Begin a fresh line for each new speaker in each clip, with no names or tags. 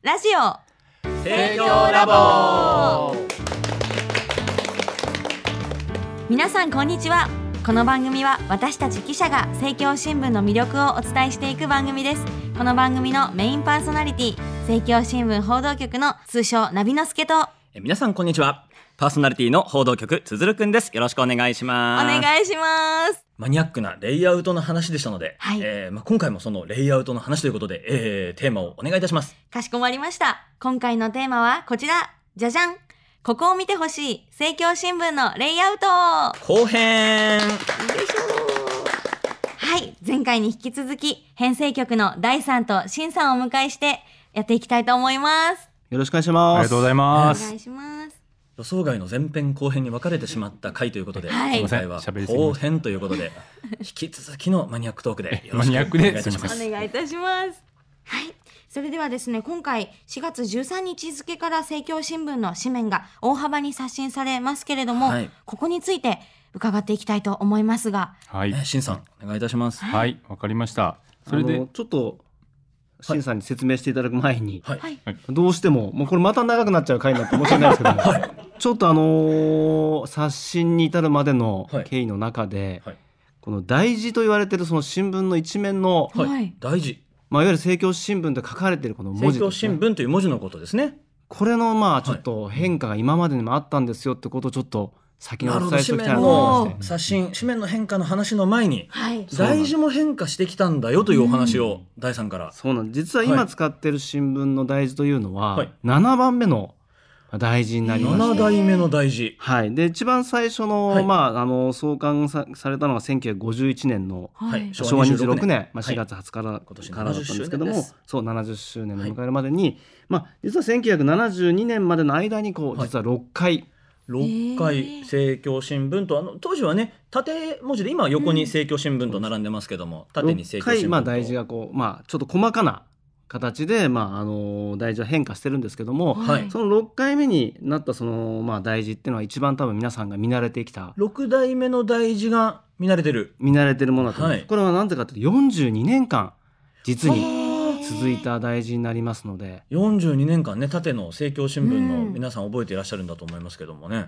ラジオ
提
供ラボ皆さんこんにちはこの番組は私たち記者が政教新聞の魅力をお伝えしていく番組ですこの番組のメインパーソナリティ政教新聞報道局の通称ナビの助とお
え皆さんこんにちはパーソナリティの報道局つづるくんですよろしくお願いします
願いします
マニアックなレイアウトの話でしたので、
はい
えーまあ、今回もそのレイアウトの話ということで、えー、テーマをお願いいたします
かしこまりました今回のテーマはこちらじゃじゃんここを見てほしい政教新聞のレイアウト
後
は
編
い、前回に引き続き、編成局の大さんとしんさんをお迎えして、やっていきたいと思います。
よろしくお願いします。
ありがとうござい
お
ま
願
す。
いします。
予想外の前編後編に分かれてしまった回ということで、
はい
今回は
すいません喋りすぎました
後編ということ で引き続きのマニアックトークでよろ
マ
しくお
ニア
願い
ッ
い
クで
たします
す
お願いいたします。はい。それではですね、今回4月13日付から政教新聞の紙面が大幅に刷新されますけれども、
はい
ここについて伺っていきたいと思いますが、
はい、
ね、しんさんお願いいたしますは
はい、わかりました。そ
そ
れ
れ
で
で、ちょっと、しんさんに説明していただく前に、
はい
はい。
どうしても、もうこれまた長くなっちゃう回になって申し訳ないですけど も、
はい
ちょっとあのー刷新に至るまでの
はい
経緯の中で、
はい
この大事と言われてるその新聞の一面の、
はい
はい
大事
まあ、いわゆる政教新聞と書かれてるこの文
政教
字ですね、
新聞という文字のことですね
これのまあちょっと変化が今までにもあったんですよってことをちょっと先に
なるほ
お
ど
伝えして
紙
おきたいな
面
と思
の
いまして
刷新紙面の変化の話の前に
はい。
そうなん
大
です
事も変化してきたんだよというお話を大さんから、
そうなんです実は
は
今
い
使ってる新聞の大事というの
は
はい7番目の大事になりまし
7
て、
代目の大事
はい、で一番最初の,、
はい
まあ、あの創刊さされたのが1951年の
はい。
しょ
昭和
26
26
年
年まあ、
はい
4月20日から,、
今年
からだったんですけど
70周年で
も
す
そう70周年を迎えるまでに、まあ、実は1972年までの間にこう
はい
実は6回、
6
え
回
ー
政教新聞とあの当時はね縦文字で今は横に政教新聞と並んでますけども、縦に
6
政教新聞
回、
と、
まあ、大事がこう、まあ、ちょっと細かな形で、まあ、あの大事は変化してるんですけども、
はい
その6回目になったその、まあ、大事っていうのは一番多分皆さんが見慣れてきた
6代目の大事が見慣れてる
見慣れてるものだと思います、
はい
これはなぜかというと42年間実に
に
続いた大事になりますので
42年間ね縦の政教新聞
う
の
ん
皆さん覚えていらっしゃるんだと思いますけどもね、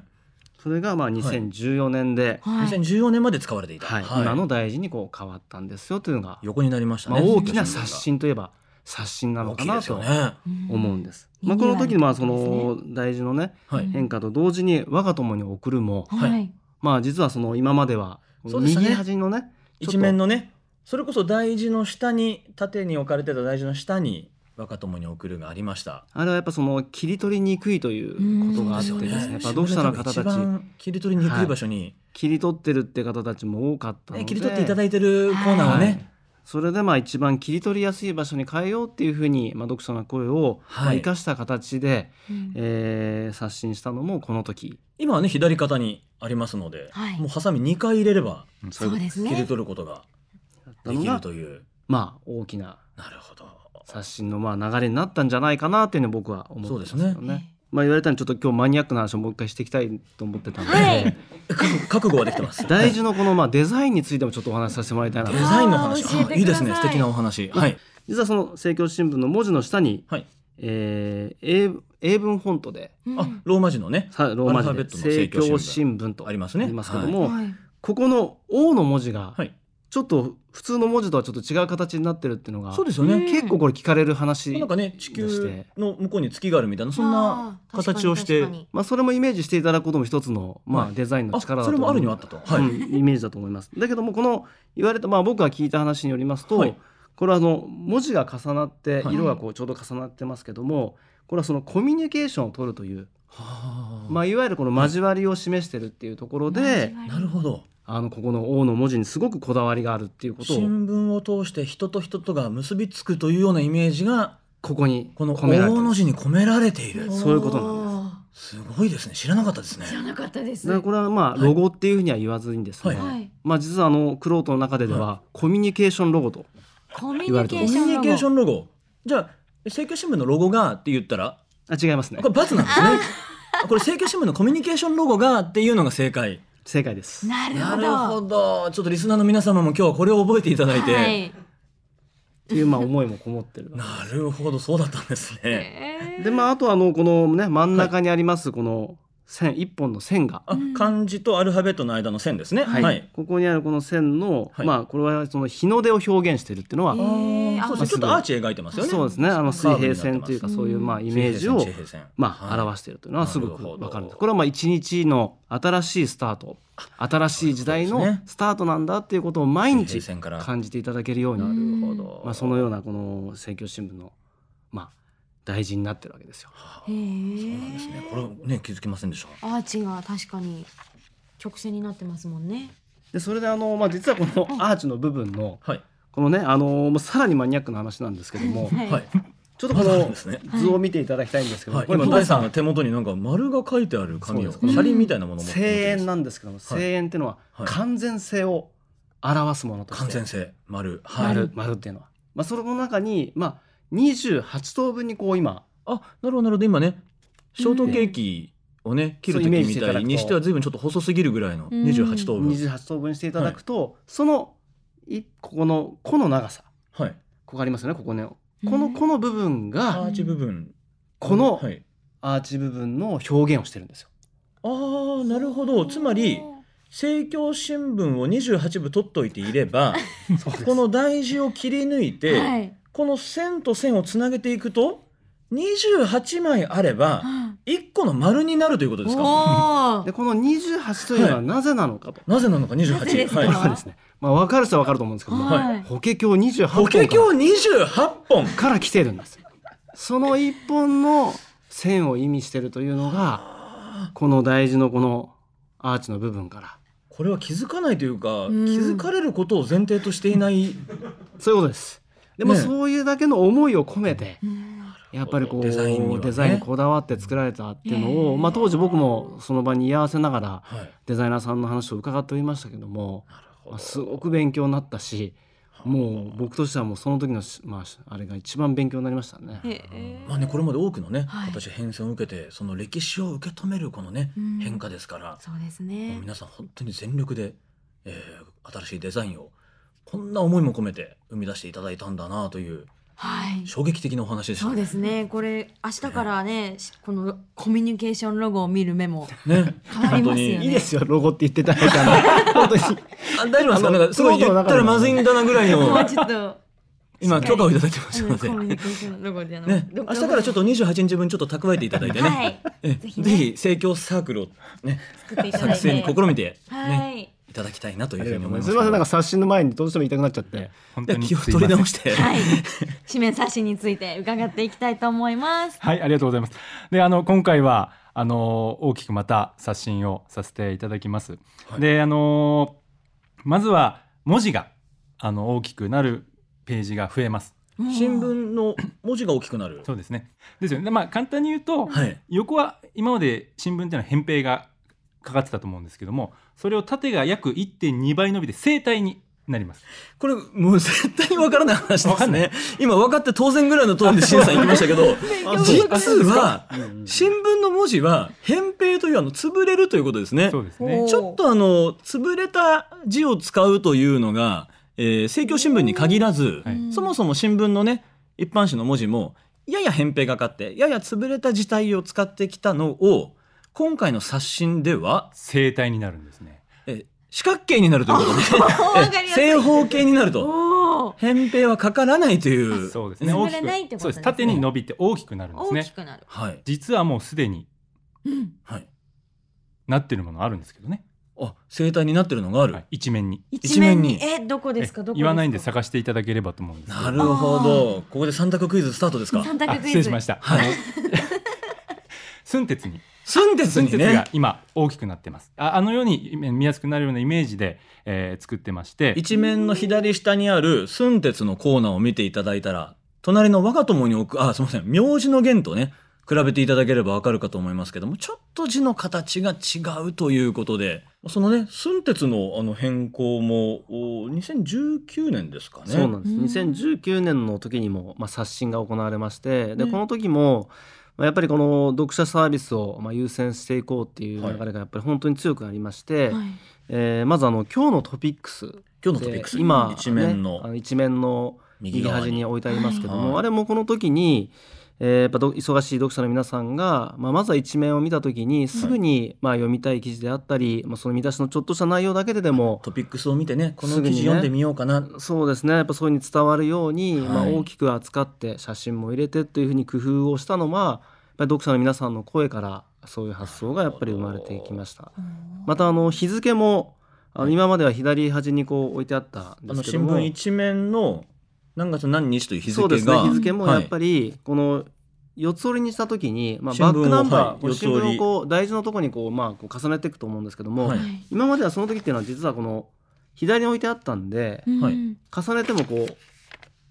それがまあ2014年で、
はい。
2014年まで使われていた、
はい
はい
今の大事にこう変わったんですよというのが、
横になりました
ま
ね、
あ、大きな刷
政教
新といえば刷新な
新聞が
の
大
か
きい
な
ですよ
と
ね
思うんです。
うん
まあ、この時にまあそ
意味があ
の大事のね
はい、
うん
変化と同時に「我が友に送るも」
は。
はい
まあ、実はその今までは
そうでした
右
ね
端のねちょっと
一面のねそれこそ大事の下に縦に置かれてた大事の下に若友に送るがありました
あれはやっぱその切り取りにくいということがあってですね,、
そう
やっぱ読者の方
一
たち
番切り取りにくい場所に、
切り取ってるって方たちも多かったので、
ね切り取っていただいてるコーナーをね、
それでまあ一番切り取りやすい場所に変えようっていうふうに、まあ、読者の声を
はい
まあ生かした形で、
うん
えー刷新したのもこの時
今はね左肩にありますので、
はい
もうハサミ2回入れれば
うん
そうです
切り
ね。
取ることが
だった
で
の
きる
が
という。
まあ大きな
なるほど。
刷新のまあ流れになったんじゃないかなっていうのを僕は思ってますけど
そう
ねまあ、言われたようにちょっと今日マニアックな話をもう一回していきたいと思ってたんで、
はい
覚悟覚悟はできて ます。
大事のこのまあデザインについてもちょっとお話しさせてもらいたいな
デ
と
ザインの話
あー教えてください
あいいですね素敵なお話。はい
実はその政教新聞の文字の下に、
はい。
えー英英文フォントで
うん
あローマ字のね
さローマ字
アルファベ
で
ットの
政教新聞と
ありますね
ありますけども、
はい
ここの「O」の文字が
はい。
ちょっと普通の文字とはちょっと違う形になってるっていうのが
そうですよね。
うん
結構これ聞かれる話、
なんかね地
出し
球
て
の向こうに月があるみたいなそんな
あー確かに
形をして
確かに
まあ、それもイメージしていただくことも一つの、ま
は
あ、
い
デザインの
あ
力だと
それもあるには
は
あったと。はい。
イメージだと思います。だけどもこの言われた、まあ、僕が聞いた話によりますと、
はい
これはあの文字が重なって
はい
色がこうちょうど重なってますけども、これはそのコミュニケーションを取るという、
は
まあ、いわゆるこの交わりを示してるっていうところで、
あ。なるほど。
あのここの「O」の文字にすごくこだわりがあるっていうことを
新聞を通して人と人とが結びつくというようなイメージが
ここに
この
込められて
大
る
の字に込められている。
そういうことなん
です
ごいですね。知らなかったですね。
知らなかったです。
だからこれはまあ
はい
ロゴっていうふうには言わずにですね、
は
はい。
まあ実はあのクロートの中でで
は
はコミュニケーションロゴと、
コミ
言
ュ
わ
ニ
れ
ケ
て
ー
ま
シ
コ
ョ
ミュ
ン
ニケーショ
ン。
ンロゴ。じゃあ、政教新聞のロゴがって言ったら、
あ違いますね
これ罰なんですね。あこれ政教新聞のコミュニケーションロゴがっていうのが正解。
正解です
なる
な
ほ
る
ど。
ほど。ちょっとリスナーの皆様も今日はこれを覚えていただいて、
はい
っていうまあ思いもこもってる
なるほどそうだったんですね。
え
でまああとあのこのね真ん中にありますこの線一本の線が
あ
うん
漢字とアルファベットの間の線ですね。
は
はいい、
ここにあるこの線の
はい
まあこれはその日の出を表現してるっていうの
え
は
あー
あ
そうですねちょっとアーチ描いてますよね。
そうですねあの
そ
水
う
平線というかそういうまあイメージを
地平線
まあ、
はい
表しているというのはすご
な
く
るほど
わかるんです。これはまあ一日の新しいスタート、新しい時代
そういうこと
の
ですね
スタートなんだっていうことを毎
地
日
平線から
感じていただけるよう
な
に、
なるほど。
まあそのようなこの政教新聞のまあ大事になってるわけですよ。
はあ
へえ
そうなんですね。これね気づきませんでした。
アーチが確かに直線になってますもんね
でそれであのまあ実はこのアーチの部分の
はい
このねあのもうさらにマニアックな話なんですけども、
はい
はい。
ちょっとこ
まだあるん
の
ですね
図を見ていただきたいんですけども、
はい、
これ
今
皆
大
さ
さん
ん
が手元になんか丸が書いてある紙を
そう
です
車輪みたいなものを持って
声援
な
なんですけども、声援っていうのは
はい
完全性を表すものとして。
完全性丸はい。
丸丸っていうのは、まあ、その中に、まあ、28等分にこう今
あなるほどなるほど今ねショートケーキをね切る
そうイ
時
メージし
み
ていただくと
たいにしては随分ちょっと細すぎるぐらいの
うん
28等分、
28等分していただくと、そのいここの「こ」の長さ
はい
ここありますよねここねこの「こ」の部分
ア
が
ーチ部分
この
はい、
アーチ部分の表現をしてる んですよ。
あーなるほどつまり政教新聞を28部取っといていれ ば
そうです
この大事を切り抜いて、
はい
この線と線をつなげていくと28枚あれば1個の丸になるということですか
お
で
ー
この28というのはなぜなのかと。
なぜなのか
なぜで
28
すか
これ
はい
ですね、まあ、分かる人は分かると思うんですけども、
はい
はい
法華経28
法
本か
華
ら
経28本
から来てるんですよその一本の線を意味してるというのがこの大事のこのアーチの部分から
これは気づかないというか、
うん
気づかれることを前提として いない
そういうことですでも
ねえ
そういうだけの思いを込めて、
うん
やっぱりこう
デザインにはね
デザインにこだわって作られたっていうのを、
ええ
まあ、当時僕もその場に居合わせながら
はい
デザイナーさんの話を伺っておりましたけども、
なるほ
ま
ど
あすごく勉強になったしもう僕としてはもうその時のし、まあし、あれが一番勉強になりましたね。
へえ
まあねこれまで多くのね、
はい
私変遷を受けてその歴史を受け止めるこのね、
うん
変化ですから、
そうです
もう
ね
皆さん本当に全力で、えー新しいデザインをこんな思いも込めて生み出していただいたんだなという
はい
衝撃的なお話でした
そうですねこれ明日からねしこのコミュニケーションロゴを見る目も
ね
変わりますよね
本
いいですよロゴって言っていただいた ら本当に
当にあ大丈夫ですか
あの
なんかすごい言ったらまずいんだなぐ らい
もう
の
ちょっと
今許可をいただいてま
あ
す
の
の
コ
で
ミュニケーションロゴであの、
ね、明日からちょっと28日分ちょっと蓄えていただいてね、
はい
え
ぜ
ぜ
ひ
ひ
ね
盛況サークルを、ね、
作っていただ
作
い
成
て
に試みて、ね、
はいい
ただきたいなという
す
ふう
み
に思い
ま
ます
せ
す
んなんか刷新の前にどうしても痛くなっちゃって
本当
で
に
気を
すい
取り
ません
直して、
はい、紙面冊子について伺っていきたいと思います。
はい、ありがとうございます。で、あの今回はあの大きくまた刷新をさせていただきます。
はい
で、あのまずは文字があの大きくなるページが増えます。
新聞の文字が大きくなる
そうですね。ですよね。でまあ簡単に言うと、
はい
横は今まで新聞っていうのは扁平がかかってたと思うんですけども、それを縦が約1.2倍伸びて正体になります。
これもう絶対にわからない話ですね今分かって当然ぐらいのトーンで新さん言きましたけど実は新聞の文字は扁平というあの潰れるということですね
そうですね
お。
ちょっとあの潰れた字を使うというのが、えー、政教新聞に限らず、
はい
そもそも新聞のね一般紙の文字もやや扁平がかってやや潰れた字体を使ってきたのを今回の刷新では、
正体になるんですね。
えー四角形になるということ で
わかりやすい
正方形になると
おー
扁平はかからないという
そうですね。
潰れないってことですね
大きくそうです。縦に伸びて大きくなるんです
大
ね
き。くなる。
はい
実はもうすでに
うん、
はい
なってるものあるんですけどね、
あ生体になってるのがある、
はい、一面に
一
一
面
面
に
に
えどこですか
え
どこですか。
言わないんで探していただければと思うんですけど
なるほどここで三択クイズスタートですか
三択
あ
クイズ。
失礼しました
はい
寸鉄に
寸鉄
寸
に
鉄
ね
が今大きくなってますああのようにえ見やすくなるようなイメージで、えー作ってまして
一面の左下にある寸鉄のコーナーを見ていただいたら、隣の我が友に置く、あ、すみません、名字の弦とね、比べていただければわかるかと思いますけども、ちょっと字の形が違うということで、そのね、寸鉄のあの変更も、お2019年ですかね。
そうなんです、
うん
2019年の時にも、まあ、刷新が行われましてで
ね
この時も、まあやっぱりこの読者サービスを、まあ、優先していこうっていう流れがやっぱり本当に強くありまして、
はい。
えーまずあの今日のトピックス
今日のトピックス、
で今、
一面
ね
の、
あの一面の
右
右
側
端
に
に置いてありますけども、
はい
あれもこの時に、えーやっぱど忙しい読者の皆さんが、まあ、まずは一面を見た時にすぐに、まあ、読みたい記事であったり、まあ、その見出しのちょっとした内容だけででも
トピックスを見てねこの
すぐ
記
にね
事読んでみようかな、
そうですねやっぱそういうふうに伝わるように、
はい
まあ、大きく扱って写真も入れてというふうに工夫をしたのはやっぱり読者の皆さんの声からそういう発想がやっぱり生まれていきました。またあの日付もあの今までは左端にこう置いてあったん
あ
で
の
すけ
新
ども
聞一面の何月何日という日付
そう
が
ですね日付もや
は
っぱりこの四つ折りにした時に、まあ、
新聞を
バックナン
は
バ
い
ー、こう
四つ
新
折り
聞をこう大事なところにこう、まあ、こう重ねていくと思うんですけども、
はい
はい
今まではその時っていうのは実はこの左に置いてあったんで、
うん
はい
重ねてもこう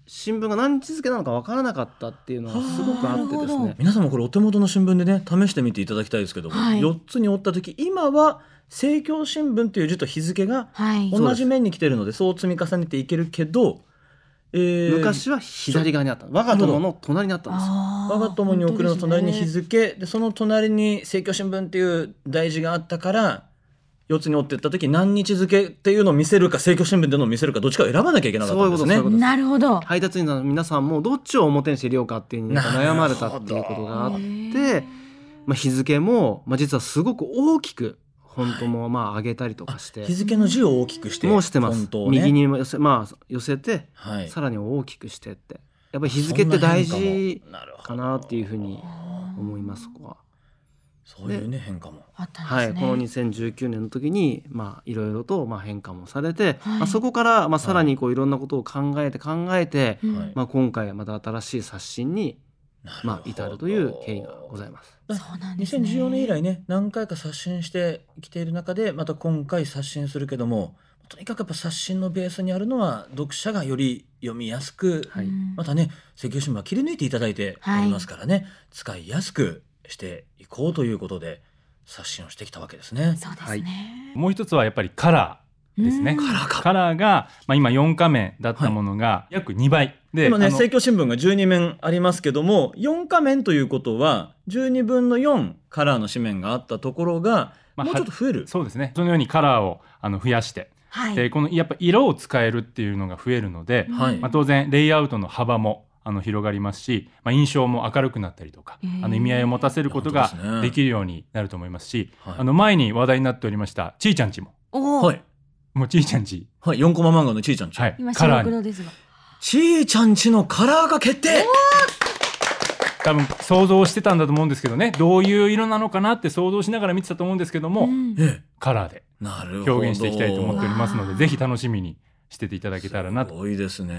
新聞が何日付なのか分からなかったっていうのがすごくあってです
はあなる
ね
皆さんもこれお手元の新聞でね試してみていただきたいですけど、
はい
4つに折った時今は「政教新聞」という字と日付が
はい
そう
同じ面に来てるのでそう積み重ねていけるけど、えー
昔は左側にあった我が友の隣にあったんですよ。
我が友に送るの隣に日
付
付で,、その隣に「政教新聞」っていう題字があったから4つに折っていった時何日付っていうのを見せるか政教新聞でのを見せるかどっちかを選ばなきゃいけなかったんですね。
そういうことです
なるほど
配達員の皆さんもどっちを表にして入れようかっていうふうにやっぱ悩まれたっていうことがあっ
へ
て
ー、
まあ、日付も、まあ、実はすごく大きく本当もまあ上げたりとかして、
日付の字を大きくして
もうしてま
フォン
す、
トをね
右にも寄せ,、まあ、寄せて、
はい、
さらに大きくしてってやっぱり日付って大事
か
かなっていうふうに思いますそこは。
そういうね変化も
あったん
はい、
ですね
この2019年の時にまあいろいろとまあ変化もされて、
はい
まあ、そこからまあさらにこういろんなことを考えて考えて、
うん
はい
まあ、今回また新しい刷新に
な
ま
ほ
あ
ど
至るという経緯がございます。
そうなんですね
2014年以来ね何回か刷新してきている中でまた今回刷新するけどもとにかくやっぱ刷新のベースにあるのは読者がより読みやすく、
はい
うん
またね石油新聞は切り抜いていただいておりますからね、使いやすくしていこうということで刷新をしてきたわけですね。
そうで
は
す
い
ね
もう一つはやっぱりカラーですね
うん
カラーか
カラーが、まあ、今4画面だったものが約2倍で
今ね
あの
政教新聞が12面ありますけども4か面ということは12分の4カラーの紙面があったところが、
まあ
もうちょっと増える。
そうですねそのようにカラーをあの増やして、
はい
でこのやっぱ色を使えるっていうのが増えるので、
はい
まあ、当然レイアウトの幅もあの広がりますし、まあ、印象も明るくなったりとか
うん
あの意味合いを持たせること
いや本当です
が
ね
できるようになると思いますし、
はい
あの前に話題になっておりましたちーちゃんちも
おー
はい、
もうちーちゃんち、
はい、4コマ漫画のちーちゃんち、
はい、
今
カラ
白
ー
黒
に
ですが
ちーちゃんちのカラーが決定
多分想像してたんだと思うんですけどねどういう色なのかなって想像しながら見てたと思うんですけど
う
も、
ん
え
カラーで
えなるほど
表現していきたいと思っておりますの
う
で
わー
ぜひ楽しみにしてていただけたらな
す
と。
ごいですね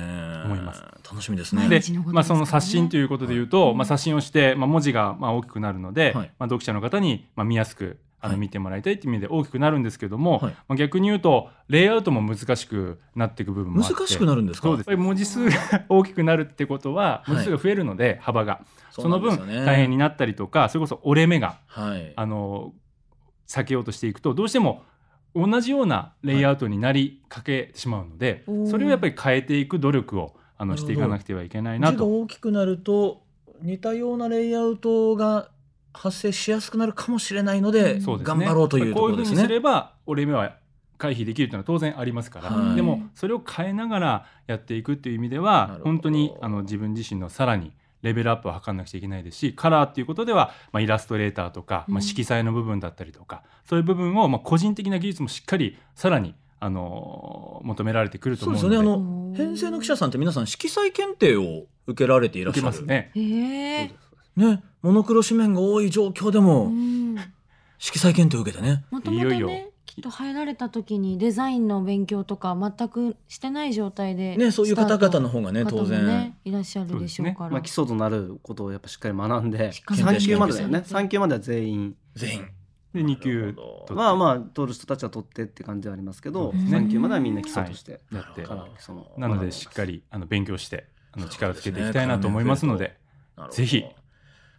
思います
楽しみです
は
ね
い
で
大事なことですからね
まあ、その刷新ということで言うと、
はい
まあ、刷新をして、まあ、文字がまあ大きくなるので、
はい
まあ、読者の方にまあ見やすくあ
は
の
い
見てもらいたいという意味で大きくなるんですけども、
はい
まあ、逆に言うとレイアウトも難しくなっていく部分もあって
難しくなるんですか
そうですやっぱり文字数が大きくなるってこと
は
は
い
文字数が増えるので、幅がその分大変
に
になったりとかそれこそ折れ目が
はい
あの避けようとしていくとどうしても同じようなレイアウトになりかけてしまうので、
おー
それをやっぱり変えていく努力をあ
な
の
る
し
ほど
ていかなくてはいけないな
字が
と。
大きくなると似たようなレイアウトが発生しやすくなるかもしれないので
そうです
頑
ね
張ろうというところで
こういうふ
す
うにす
ね。
れば折れ目は回避できるというのは当然ありますから、
はい
でもそれを変えながらやっていくという意味では
なるほど
本当にあの自分自身のさらにレベルアップを図らなくちゃいけないですしカラーっていうことでは、まあ、イラストレーターとか、
うん
まあ、色彩の部分だったりとか、そういう部分を、まあ、個人的な技術もしっかりさらに、あのー求められてくると
そう
思う
で
の
す
で
よねあ
う
の
ん
編成の記者さんって皆さん色彩検定を受けられていらっ
受
し
け
ゃ
ま
る
すね。
へ
そう
え
ですそうです
ねモノクロ紙面が多い状況でも色彩検定を受けてね
もともと
いよい
ね
よ
きっと入られた時にデザインの勉強とか全くしてない状態で
ねそういう方々の
ス
方が
タ
ね
ート
当
の方も
然
ねいらっしゃるでしょうから
まあ、基礎となることをやっぱしっかり学んで
しっかり
学んで
3級までだよね三級までは全員
全員
で2級取
まあまあ取る人たちは取ってって感じはありますけど、
そうです
ね
3級まではみんな基礎として、
やって
かなりその
なのでしっかりあの勉強してあの力をつけていきたいなと思いますのでぜひ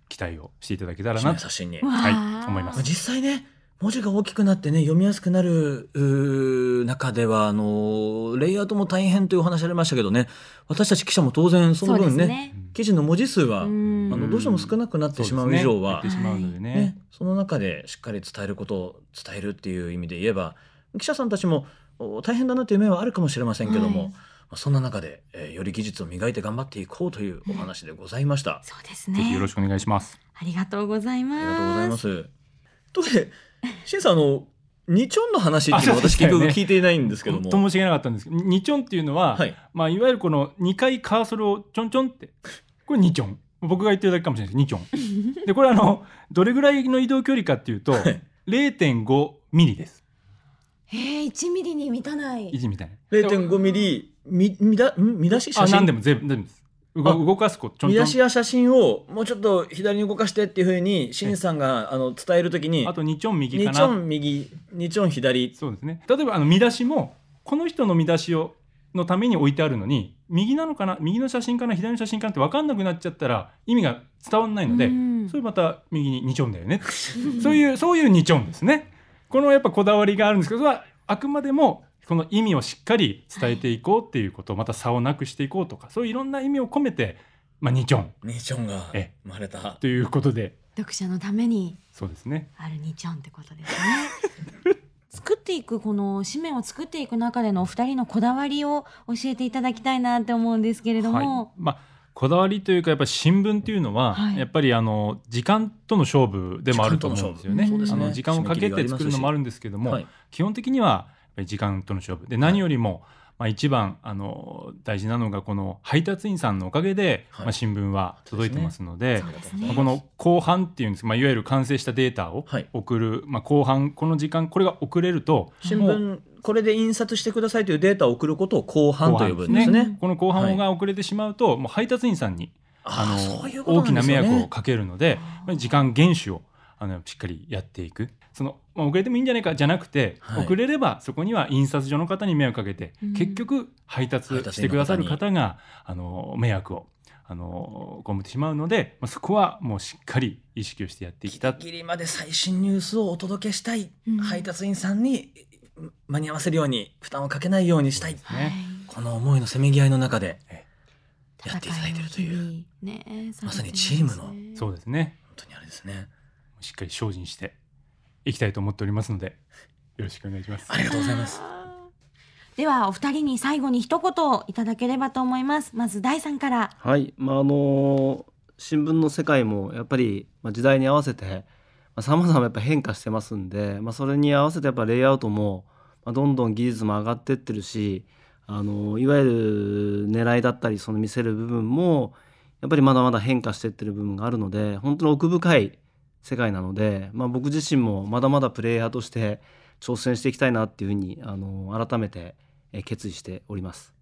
期待をしていただけたら
紙
な
面
と
刷新に
わ
はい思いま
まあ
す
実際ね文字が大きくなってね読みやすくなるうー中ではあのーレイアウトも大変というお話ありましたけどね私たち記者も当然そ
そ
の
うで
分
す
ね
ね
記事の文字数は、
うん
あのどうしても少なくなってしまう以上は、
そうですねやってしまうのでね
ね、その中でしっかり伝えることを伝えるっていう意味で言えば記者さんたちもお大変だなという面はあるかもしれませんけども、
はい
まあそんな中で、えーより技術を磨いて頑張っていこうというお話でございました。
そうですね
ぜひよろしくお願いします。
ありがとうございます
ありがとうございます。とで、しんさん、あの、ニチョンの話っていうのは私結局聞いていないんですけど
本
も。
当申し訳なかったんですけど、ニチョンっていうのは、、
はいい。
まあいわゆるこの2回カーソルをちょんちょんって、これニチョン。僕が言ってるだけかもしれないですけど、ニ チョン。で、これあの、どれぐらいの移動距離かっていうと、
はい
0.5ミリです。
えー、1ミリに満たない
1みたいな。
0.5ミリ、み、みだ、ん見出し写
あ、何で
真。
も全部、全部です。動
あ
動かすこうちょん
見
ち
出
ょん。
しや写真をもうちょっと左に動かしてっていうふうにしんさんがあの伝えるときに
あと2ちょん右か
ニ
な。
チョン右ニチョン左
そうですね。例えばあの見出しもこの人の見出しをのために置いてあるのに右なのかな右の写真かな左の写真かなって分かんなくなっちゃったら意味が伝わらないので、
うん
それまた右に二チョンだよね。そういうそういう二チョンですね。このやっぱこだわりがあるんですけど、それはあくまでもこの意味をしっかり伝えていこうっていうこと、また差をなくしていこうとか、そういういろんな意味を込めて、まあ二チョン
ニチョンが生
え
まれた
ということで、
読者のために
そうですね。
あるにちゃんってことですね 作っていくこの紙面を作っていく中でのお二人のこだわりを教えていただきたいなって思うんですけれど
はい
も、
まあ、こだわりというかやっぱり新聞というのは、
はい
やっぱりあの時間との勝負でもあると思うんですよね。
時間との勝負そ
あ
うです
の
ね
時間をかけて作るのもあるんですけども、
はい
基本的にはやっぱり時間との勝負で何よりも、まあ、一番あの大事なのがこの配達員さんのおかげで、
はい
まあ、新聞は届いてますので。
そうです
まあ
ね
この後半っていうんですまあ、いわゆる完成したデータを
はい
送る、まあ、後半この時間これが遅れると
新
もう
聞これで印刷してくださいというデータを送ることを後半と呼ぶんです
後半です
ね
ね。
この後半が遅れてしまうと、もう配達員さんにあの
ーそういうこと
大
な
き
んで
な
す
迷
よね
惑をかけるので時間厳守をあのしっかりやっていくその、まあ、遅れてもいいんじゃないかじゃなくて、
はい
遅れればそこには印刷所の方に迷惑かけて、
うん
結局配達
配達員の方に
してくださる方があの迷惑をあの被ってしまうので、まあ、そこはもうしっかり意識をしてやってきた
ギリギリまで最新ニュースをお届けしたい、
うん
配達員さんに間に合わせるように負担をかけないようにしたい、
すね
この思いのせめぎ合いの中で
戦
やっていただいてるという
日々ね
まさにチームの
そう
で
ですね
本当にあれですね
しっかり精進していきたいと思っておりますのでよろしくお願いします。
ありがとうございます
ではお二人に最後に一言いただければと思いますまず第三 から
はい、まああの新聞の世界もやっぱり、まあ、時代に合わせてさまざ、まやっぱ変化してますんで、まあ、それに合わせてやっぱレイアウトも、まあ、どんどん技術も上がってってるし、あのいわゆる狙いだったりその見せる部分もやっぱりまだまだ変化してってる部分があるので本当に奥深い世界なので、まあ、僕自身もまだまだプレイヤーとして挑戦していきたいなっていうふうに、あの改めてえー決意しております。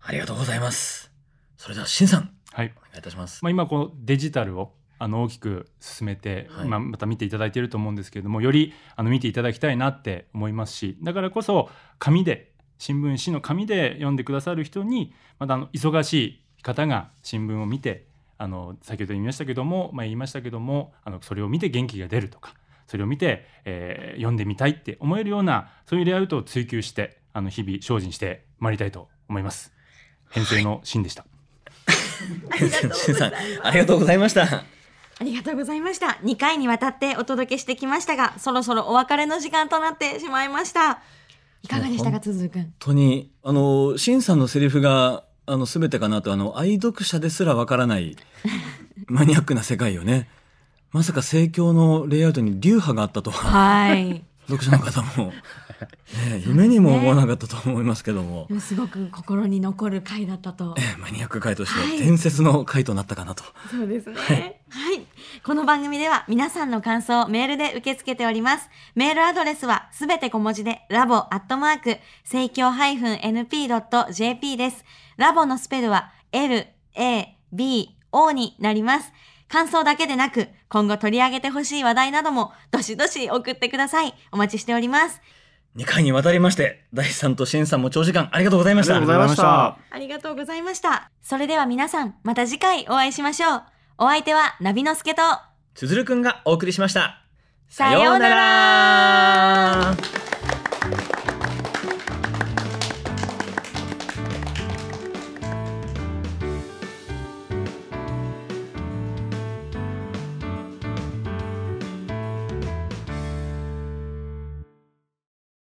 ありがとうございますそれではしんさん
はい
お願いいたします、
まあ、今このデジタルをあの大きく進めて、
はい
まあ、また見ていただいていると思うんですけれどもよりあの見ていただきたいなって思いますしだからこそ紙で新聞紙の紙で読んでくださる人にまたあの忙しい方が新聞を見てあの先ほど言いましたけども、まあ、言いましたけどもあのそれを見て元気が出るとかそれを見て、えー読んでみたいって思えるようなそういうレイアウトを追求してあの日々精進してまいりたいと思います。編成のシーンでした、
しんさんありがとうございました
ありがとうございました二回にわたってお届けしてきましたがそろそろお別れの時間となってしまいましたいかがでしたかつづくん
本当にあのしんさんのセリフがあの全てかなとあの愛読者ですらわからない マニアックな世界をねまさか盛況のレイアウトに流派があったとは
はい
読者の方も、ね、夢にも思わなかったと思いますけども、
でもすごく心に残る回だったと
ええマニアック回とし
はい
て伝説の回となったかなと、
そうですね。はい。この番組では皆さんの感想をメールで受け付けております。メールアドレスはすべて小文字でラボアットマーク、生協 -np.jp です。ラボのスペルは L、A、B、O になります。感想だけでなく、今後取り上げてほしい話題なども、どしどし送ってください。お待ちしております。
2回にわたりまして第3としんさんも長時間ありがとうございました
ありがとうございました。
ありがとうございました。それでは皆さん、また次回お会いしましょう。お相手はナビのすけと、
つづるくんがお送りしました
さようなら
さようなら